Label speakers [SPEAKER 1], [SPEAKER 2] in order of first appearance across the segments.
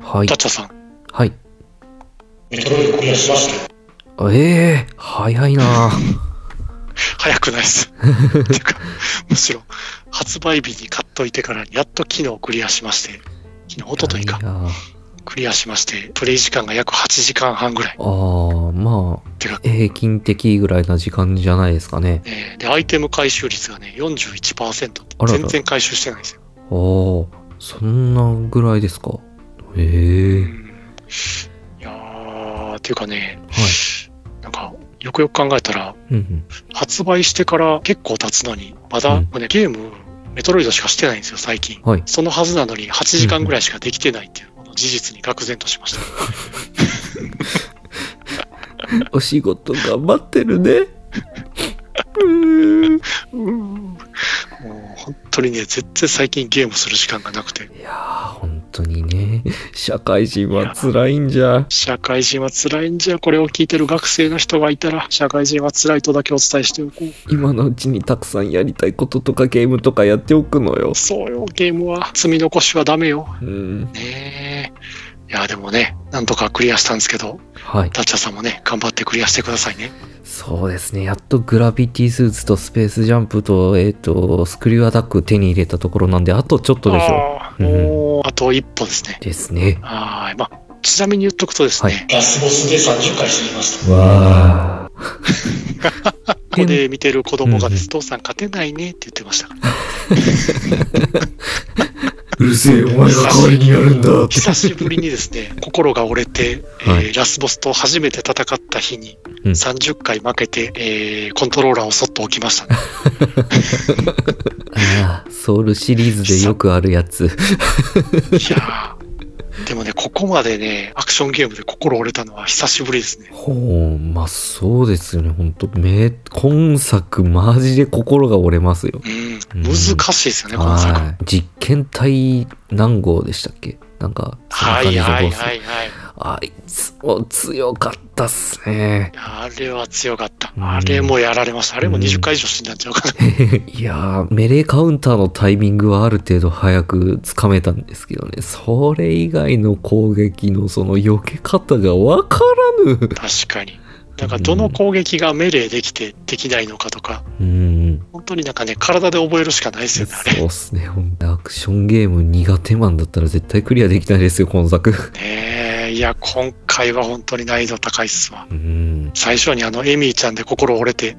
[SPEAKER 1] はい
[SPEAKER 2] タッチャさん、
[SPEAKER 1] はい
[SPEAKER 2] メトロイドクリアしましたよ。
[SPEAKER 1] ええ早いな
[SPEAKER 2] 早くないっす。てか、むしろ、発売日に買っといてから、やっと昨日クリアしまして、昨 日、一昨日か
[SPEAKER 1] い、や
[SPEAKER 2] クリアしまして、プレイ時間が約8時間半ぐらい。
[SPEAKER 1] あーまあ
[SPEAKER 2] てか、
[SPEAKER 1] 平均的ぐらいな時間じゃないですかね
[SPEAKER 2] えーで、アイテム回収率がね、41%
[SPEAKER 1] あ。らら
[SPEAKER 2] 全然回収してないんですよ。
[SPEAKER 1] あーそんなぐらいですかええ
[SPEAKER 2] うんいやー、ていうかね、
[SPEAKER 1] はい
[SPEAKER 2] なんか、よくよく考えたら、
[SPEAKER 1] うんうん
[SPEAKER 2] 発売してから結構経つのに、まだ、
[SPEAKER 1] うん
[SPEAKER 2] もうね、ゲーム、メトロイドしかしてないんですよ、最近。
[SPEAKER 1] はい
[SPEAKER 2] そのはずなのに8時間ぐらいしかできてないっていうこの事実に愕然としました。
[SPEAKER 1] お仕事頑張ってる ねうーん
[SPEAKER 2] もう本当にね、絶対最近ゲームする時間がなくて、
[SPEAKER 1] いやー本当にね社会人は辛いんじゃ
[SPEAKER 2] 社会人は辛いんじゃ、これを聞いてる学生の人がいたら、社会人は辛いとだけお伝えしておこう。
[SPEAKER 1] 今のうちにたくさんやりたいこととかゲームとかやっておくのよ
[SPEAKER 2] そうよ、ゲームは積み残しはダメよ。
[SPEAKER 1] うん
[SPEAKER 2] ねえ。いや、でもね、なんとかクリアしたんですけど、
[SPEAKER 1] はい
[SPEAKER 2] ダッチャさんもね、頑張ってクリアしてくださいね。
[SPEAKER 1] そうですね。やっとグラビティスーツとスペースジャンプと、えっ、と、スクリューアタック手に入れたところなんで、あとちょっとでしょ
[SPEAKER 2] あ
[SPEAKER 1] う
[SPEAKER 2] ー
[SPEAKER 1] んうん
[SPEAKER 2] もう、あと一歩ですね。
[SPEAKER 1] う。ですね。
[SPEAKER 2] はーい。まあ、ちなみに言っとくとですね、
[SPEAKER 1] は
[SPEAKER 2] ラスボスで30回死にました。
[SPEAKER 1] わあ。
[SPEAKER 2] ここで見てる子供がです、父さん勝てないねって言ってました。
[SPEAKER 1] うるせえ、お前
[SPEAKER 2] が代わり
[SPEAKER 1] にやるんだ
[SPEAKER 2] 久しぶりにです ね、心が折れて、えー
[SPEAKER 1] はい
[SPEAKER 2] ラスボスと初めて戦った日に、
[SPEAKER 1] うん
[SPEAKER 2] 30回負けて、えーコントローラーをそっと置きまし た、ね。
[SPEAKER 1] ああ、ソウルシリーズでよくあるやつ。
[SPEAKER 2] いやーでもね、ここまでね、アクションゲームで心折れたのは久しぶりですね。
[SPEAKER 1] ほう、まあそうですよね。ほんと、め、今作マジで心が折れますよ。
[SPEAKER 2] うん
[SPEAKER 1] うん、
[SPEAKER 2] 難しいですよね、この作。
[SPEAKER 1] はい。実験体何号でしたっけなんか、そんな
[SPEAKER 2] は
[SPEAKER 1] 感
[SPEAKER 2] い
[SPEAKER 1] じの
[SPEAKER 2] はい
[SPEAKER 1] ボス
[SPEAKER 2] はいはい。
[SPEAKER 1] あいつも強かったっすね。
[SPEAKER 2] あれは強かった
[SPEAKER 1] う。ん
[SPEAKER 2] あれもやられました。あれも
[SPEAKER 1] うん
[SPEAKER 2] 20回以上死んだんちゃうか な。
[SPEAKER 1] いやー、メレーカウンターのタイミングはある程度早くつかめたんですけどね、それ以外の攻撃のその避け方がわからぬ。
[SPEAKER 2] 確かに。なんかどの攻撃がメレーできてできないのかとか、
[SPEAKER 1] うん、
[SPEAKER 2] 本当になんかね、体で覚えるしかないですよね、あれ。
[SPEAKER 1] そうっすね、ほんとアクションゲーム苦手マンだったら絶対クリアできないですよ、今作。
[SPEAKER 2] ねえ、いや、今回は本当に難易度高いっすわ。
[SPEAKER 1] うん、
[SPEAKER 2] 最初にあの、エミーちゃんで心折 れて、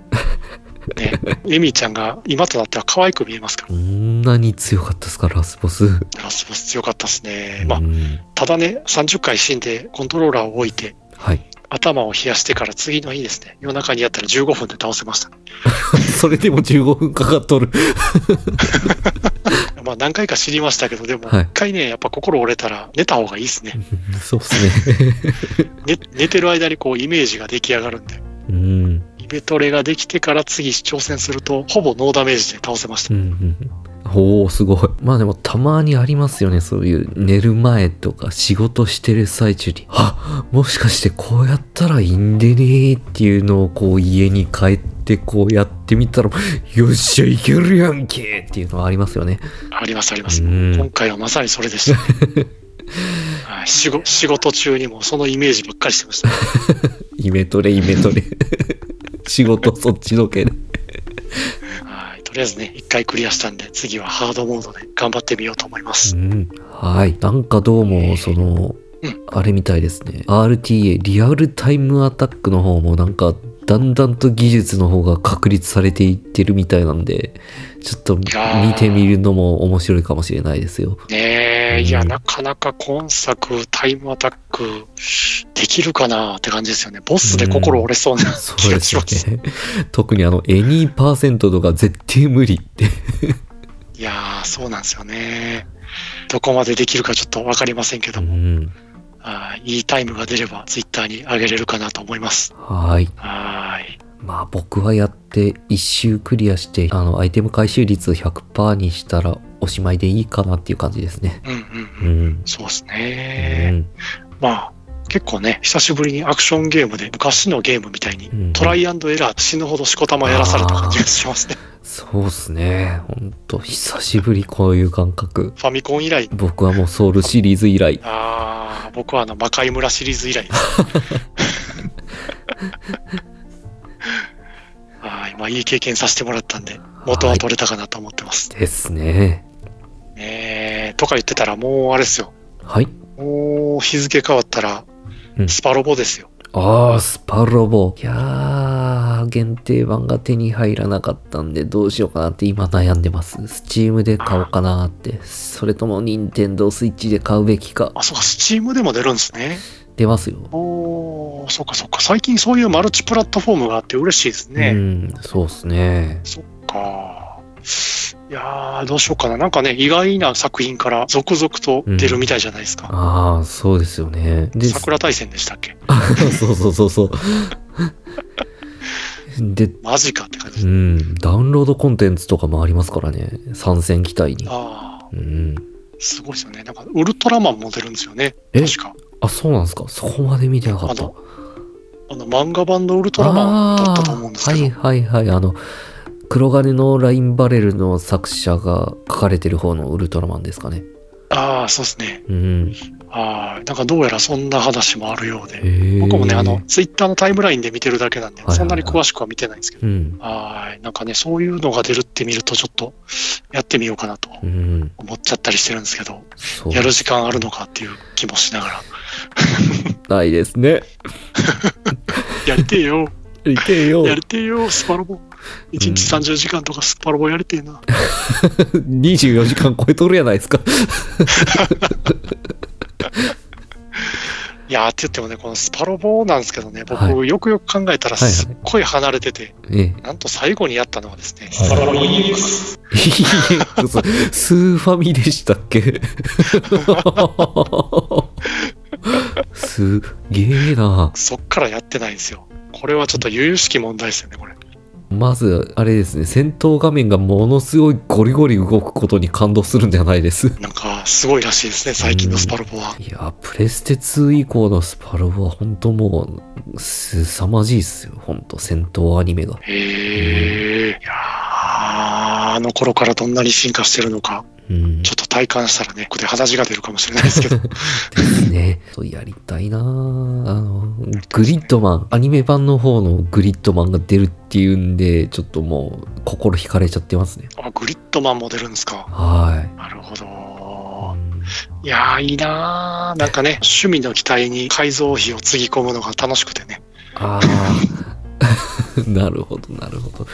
[SPEAKER 2] ね、エミーちゃんが今となっては可愛く見えますか
[SPEAKER 1] こんなに強かったっすか、ラスボス。
[SPEAKER 2] ら、ラスボス強かったっすね。まあ
[SPEAKER 1] う、ん、
[SPEAKER 2] ただね、30回死んでコントローラーを置いて、
[SPEAKER 1] はい。
[SPEAKER 2] 頭を冷やしてから次の日ですね、夜中にやったら15分で倒せました。
[SPEAKER 1] それでも15分かかっとる。
[SPEAKER 2] まあ何回か知りましたけど、でも
[SPEAKER 1] はい
[SPEAKER 2] 一回ね、やっぱ心折れたら寝た方がいいですね。
[SPEAKER 1] そうっすね。
[SPEAKER 2] 寝寝てる間にこうイメージが出来上がるんで。
[SPEAKER 1] うん。
[SPEAKER 2] イベトレができてから次挑戦すると、ほぼノーダメージで倒せまし
[SPEAKER 1] う
[SPEAKER 2] た。
[SPEAKER 1] んうんおーすごいまあでもたまにありますよねそういう寝る前とか仕事してる最中にあもしかしてこうやったらいいんでねーっていうのをこう家に帰ってこうやってみたらよっしゃいけるやんけっていうのはありますよね
[SPEAKER 2] ありますあります。
[SPEAKER 1] うん
[SPEAKER 2] 今回はまさにそれで した。はい仕事仕事中にもそのイメージばっかりしてました。
[SPEAKER 1] イメトレイメトレ 仕事そっちのけで
[SPEAKER 2] はいとりあえずね、一回クリアしたんで、次はハードモードで頑張ってみようと思います
[SPEAKER 1] う。んはいなんかどうもその
[SPEAKER 2] うん
[SPEAKER 1] あれみたいですね RTA リアルタイムアタックの方もなんかだんだんと技術の方が確立されていってるみたいなんでちょっと見
[SPEAKER 2] やー
[SPEAKER 1] てみるのも面白いかもしれないですよ
[SPEAKER 2] ねえ、
[SPEAKER 1] うん
[SPEAKER 2] いや、なかなか今作、タイムアタック、できるかなって感じですよね。ボスで心折れそうな
[SPEAKER 1] そ
[SPEAKER 2] 気
[SPEAKER 1] う
[SPEAKER 2] が
[SPEAKER 1] で
[SPEAKER 2] します。
[SPEAKER 1] すね特にあのエニーパーセントとか絶対無理って
[SPEAKER 2] いやー、そうなんですよね。どこまでできるかちょっとわかりませんけ
[SPEAKER 1] う
[SPEAKER 2] ども、
[SPEAKER 1] ん
[SPEAKER 2] あーいいタイムが出れば、ツイッターに上げれるかなと思います。
[SPEAKER 1] はい
[SPEAKER 2] はーい。
[SPEAKER 1] まあ僕はやって一周クリアしてあのアイテム回収率100%にしたらおしまいでいいかなっていう感じですね
[SPEAKER 2] うんうん
[SPEAKER 1] う
[SPEAKER 2] うん。
[SPEAKER 1] ん
[SPEAKER 2] そうです
[SPEAKER 1] う
[SPEAKER 2] ね。
[SPEAKER 1] ん
[SPEAKER 2] まあ、結構ね、久しぶりにアクションゲームで、昔のゲームみたいに、
[SPEAKER 1] うん
[SPEAKER 2] トライアンドエラー死ぬほどしこたまやらされた感じがしますね。
[SPEAKER 1] そうっすね。ほんと、久しぶりこういう感覚。
[SPEAKER 2] ファミコン以来。
[SPEAKER 1] 僕はもうソウルシリーズ以来。
[SPEAKER 2] ああ、僕はあの、魔界村シリーズ 以来です。はい、まあいい経験させてもらったんで、元は取れたかなと思ってます。
[SPEAKER 1] ですね。
[SPEAKER 2] えー、とか言ってたらもうあれですよ。
[SPEAKER 1] はい。
[SPEAKER 2] もう日付変わったら
[SPEAKER 1] う、ん
[SPEAKER 2] スパロボですよ。
[SPEAKER 1] ああ、スパロボ。いやー、限定版が手に入らなかったんで、どうしようかなって今悩んでます。スチームで買おうかなって。それとも、ニンテンドースイッチで買うべきか。
[SPEAKER 2] あ、そうか、スチームでも出るんですね。
[SPEAKER 1] 出ますよ。
[SPEAKER 2] おー、そうかそうか。最近そういうマルチプラットフォームがあって嬉しいですね。
[SPEAKER 1] うん、そうっすね。
[SPEAKER 2] そっか。いやー、どうしようかな。なんかね、意外な作品から続々と出るみたいじゃないですか。
[SPEAKER 1] ああ、そうですよね。で、
[SPEAKER 2] 桜大戦でしたっけ
[SPEAKER 1] そうそうそうそう。で、
[SPEAKER 2] マジかって感じで
[SPEAKER 1] う
[SPEAKER 2] す。
[SPEAKER 1] ん、ダウンロードコンテンツとかもありますからね。参戦機体に。
[SPEAKER 2] ああ、
[SPEAKER 1] うん。
[SPEAKER 2] すごいですよね。なんか、ウルトラマンも出るんですよね。
[SPEAKER 1] え
[SPEAKER 2] 確か。
[SPEAKER 1] あ、そうなんですか。そこまで見てなかった
[SPEAKER 2] あ。のあの、漫画版のウルトラマンだったと思うんですけど。
[SPEAKER 1] あーはいはいはい。あの、黒金のラインバレルの作者が書かれてる方のウルトラマンですかね。
[SPEAKER 2] ああ、そうですね。
[SPEAKER 1] うん。
[SPEAKER 2] ああ、なんかどうやらそんな話もあるようで。
[SPEAKER 1] へえ。
[SPEAKER 2] 僕もね、あの、、ツイッターのタイムラインで見てるだけなんで
[SPEAKER 1] はい、はいはい
[SPEAKER 2] そんなに詳しくは見てないんですけど。
[SPEAKER 1] うん。
[SPEAKER 2] はい。なんかね、そういうのが出るって見ると、ちょっと、やってみようかなと
[SPEAKER 1] うん。
[SPEAKER 2] 思っちゃったりしてるんですけど。
[SPEAKER 1] そう。
[SPEAKER 2] やる時間あるのかっていう気もしながら、
[SPEAKER 1] ないですね。
[SPEAKER 2] やりてえよ、
[SPEAKER 1] いてよ。
[SPEAKER 2] やりてえよ、スパロボ。1日30時間とかスパロボやりて えな。
[SPEAKER 1] 24時間超えとるやないですか。
[SPEAKER 2] いやーって言ってもね、このスパロボなんですけどね、僕、
[SPEAKER 1] は
[SPEAKER 2] よくよく考えたら
[SPEAKER 1] はいはい
[SPEAKER 2] すっごい離れてて、
[SPEAKER 1] ええ。
[SPEAKER 2] なんと最後にやったのはです
[SPEAKER 1] は
[SPEAKER 2] ね、
[SPEAKER 1] い
[SPEAKER 2] スパロボ EX。
[SPEAKER 1] スーファミでしたっけすげえな。
[SPEAKER 2] そっからやってないんですよ。これはちょっと由々しき問題ですよね、これ。
[SPEAKER 1] まず、あれですね、戦闘画面がものすごいゴリゴリ動くことに感動するんじゃないです。
[SPEAKER 2] なんか、すごいらしいですね、最近のスパロボは。
[SPEAKER 1] いや、プレステ2以降のスパロボは本当もう、すさまじいっすよ、本当戦闘アニメが。
[SPEAKER 2] へえ。いやーあの頃からどんなに進化してるのか、
[SPEAKER 1] うん。
[SPEAKER 2] ちょっと体感したらね、ここで鼻血が出るかもしれないですけど。
[SPEAKER 1] ですね。そうやりたいなぁあの、グリッドマン、アニメ版の方のグリッドマンが出るっていうんで、ちょっともう、心惹かれちゃってますね。
[SPEAKER 2] あ、グリッドマンも出るんですか。
[SPEAKER 1] はい。
[SPEAKER 2] なるほ
[SPEAKER 1] う
[SPEAKER 2] ど。
[SPEAKER 1] ん
[SPEAKER 2] いやー、いいなー。なんかね、趣味の機体に改造費をつぎ込むのが楽しくてね。
[SPEAKER 1] ああ なるほどなるほど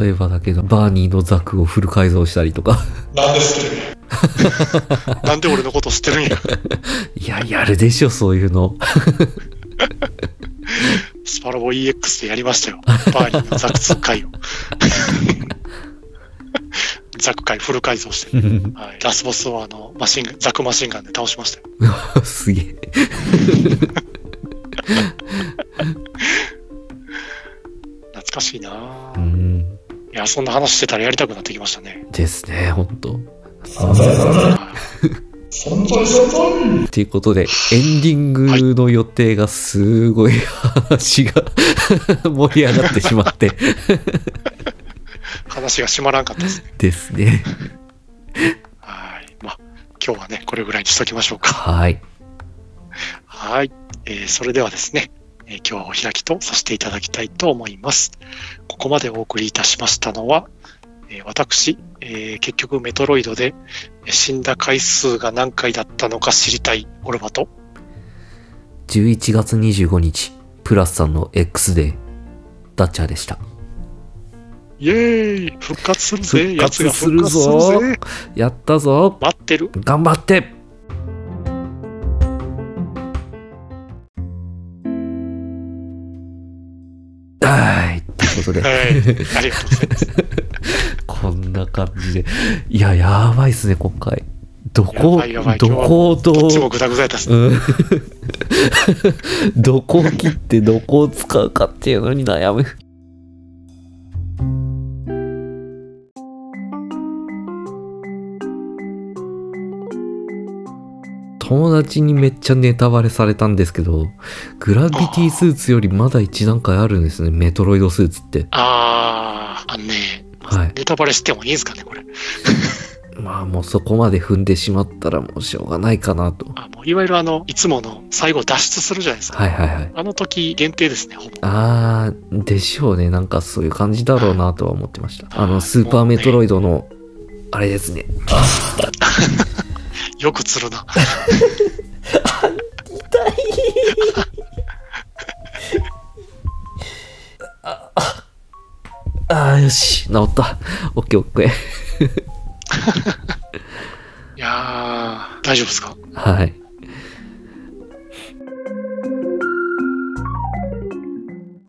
[SPEAKER 1] 例えばだけどバーニーのザクをフル改造したりとか
[SPEAKER 2] なんですけどね。 なんで俺のこと知ってるんや。
[SPEAKER 1] いややるでしょそういうの
[SPEAKER 2] スパロボ EX でやりましたよ。バーニーのザク2回を。ザク回フル改造して。はい、ラスボスをあのマシンガンザクマシンガンで倒しましたよ。
[SPEAKER 1] すげえ
[SPEAKER 2] 懐かしいな
[SPEAKER 1] う
[SPEAKER 2] ー。
[SPEAKER 1] ん
[SPEAKER 2] いや、そんな話してたらやりたくなってきまし たね。
[SPEAKER 1] ですねほんと
[SPEAKER 2] はい
[SPEAKER 1] ということでエンディングの予定がすごい話が 盛り上がってしまって
[SPEAKER 2] 話が閉まらんかったですね。
[SPEAKER 1] ですね
[SPEAKER 2] はい。まあ、今日はね、これぐらいにしときましょうか。
[SPEAKER 1] はい
[SPEAKER 2] はい、えーそれではですね、えー今日はお開きとさせていただきたいと思います。ここまでお送りいたしましたのは、えー私、えー結局メトロイドでえー死んだ回数が何回だったのか知りたいオルバと、
[SPEAKER 1] 11月25日プラスさんの X デーダッチャーでした
[SPEAKER 2] イエーイ復活するぜ
[SPEAKER 1] 復活
[SPEAKER 2] やつが復活す
[SPEAKER 1] する
[SPEAKER 2] るぜ
[SPEAKER 1] やったぞ
[SPEAKER 2] 待ってる
[SPEAKER 1] 頑張ってはい。ということ で、
[SPEAKER 2] はい、ありがとうございます。
[SPEAKER 1] こんな感じで。いや、やばいっすね、今回。ど
[SPEAKER 2] や
[SPEAKER 1] こ
[SPEAKER 2] ばいやば、い
[SPEAKER 1] どこをどう
[SPEAKER 2] どっちもグダグダやったっすね。
[SPEAKER 1] うん どこを切ってどこを使うかっていうのに悩む。友達にめっちゃネタバレされたんですけど、グラビティスーツよりまだ一段階あるんですね、メトロイドスーツって。
[SPEAKER 2] あー、あのね、
[SPEAKER 1] はい。
[SPEAKER 2] ネタバレしてもいいですかね、これ。
[SPEAKER 1] まあもうそこまで踏んでしまったらもうしょうがないかなと。
[SPEAKER 2] あもういわゆるあの、いつもの最後脱出するじゃないですか。
[SPEAKER 1] はいはいはい。
[SPEAKER 2] あの時限定ですね、ほぼ。
[SPEAKER 1] あー、でしょうね。なんかそういう感じだろうなとは思ってました。あの、スーパーメトロイドの、あれですね。
[SPEAKER 2] よく釣るな。
[SPEAKER 1] あー、よし。治った。オッケーオッケ
[SPEAKER 2] いやー、大丈夫ですか
[SPEAKER 1] ー。はい。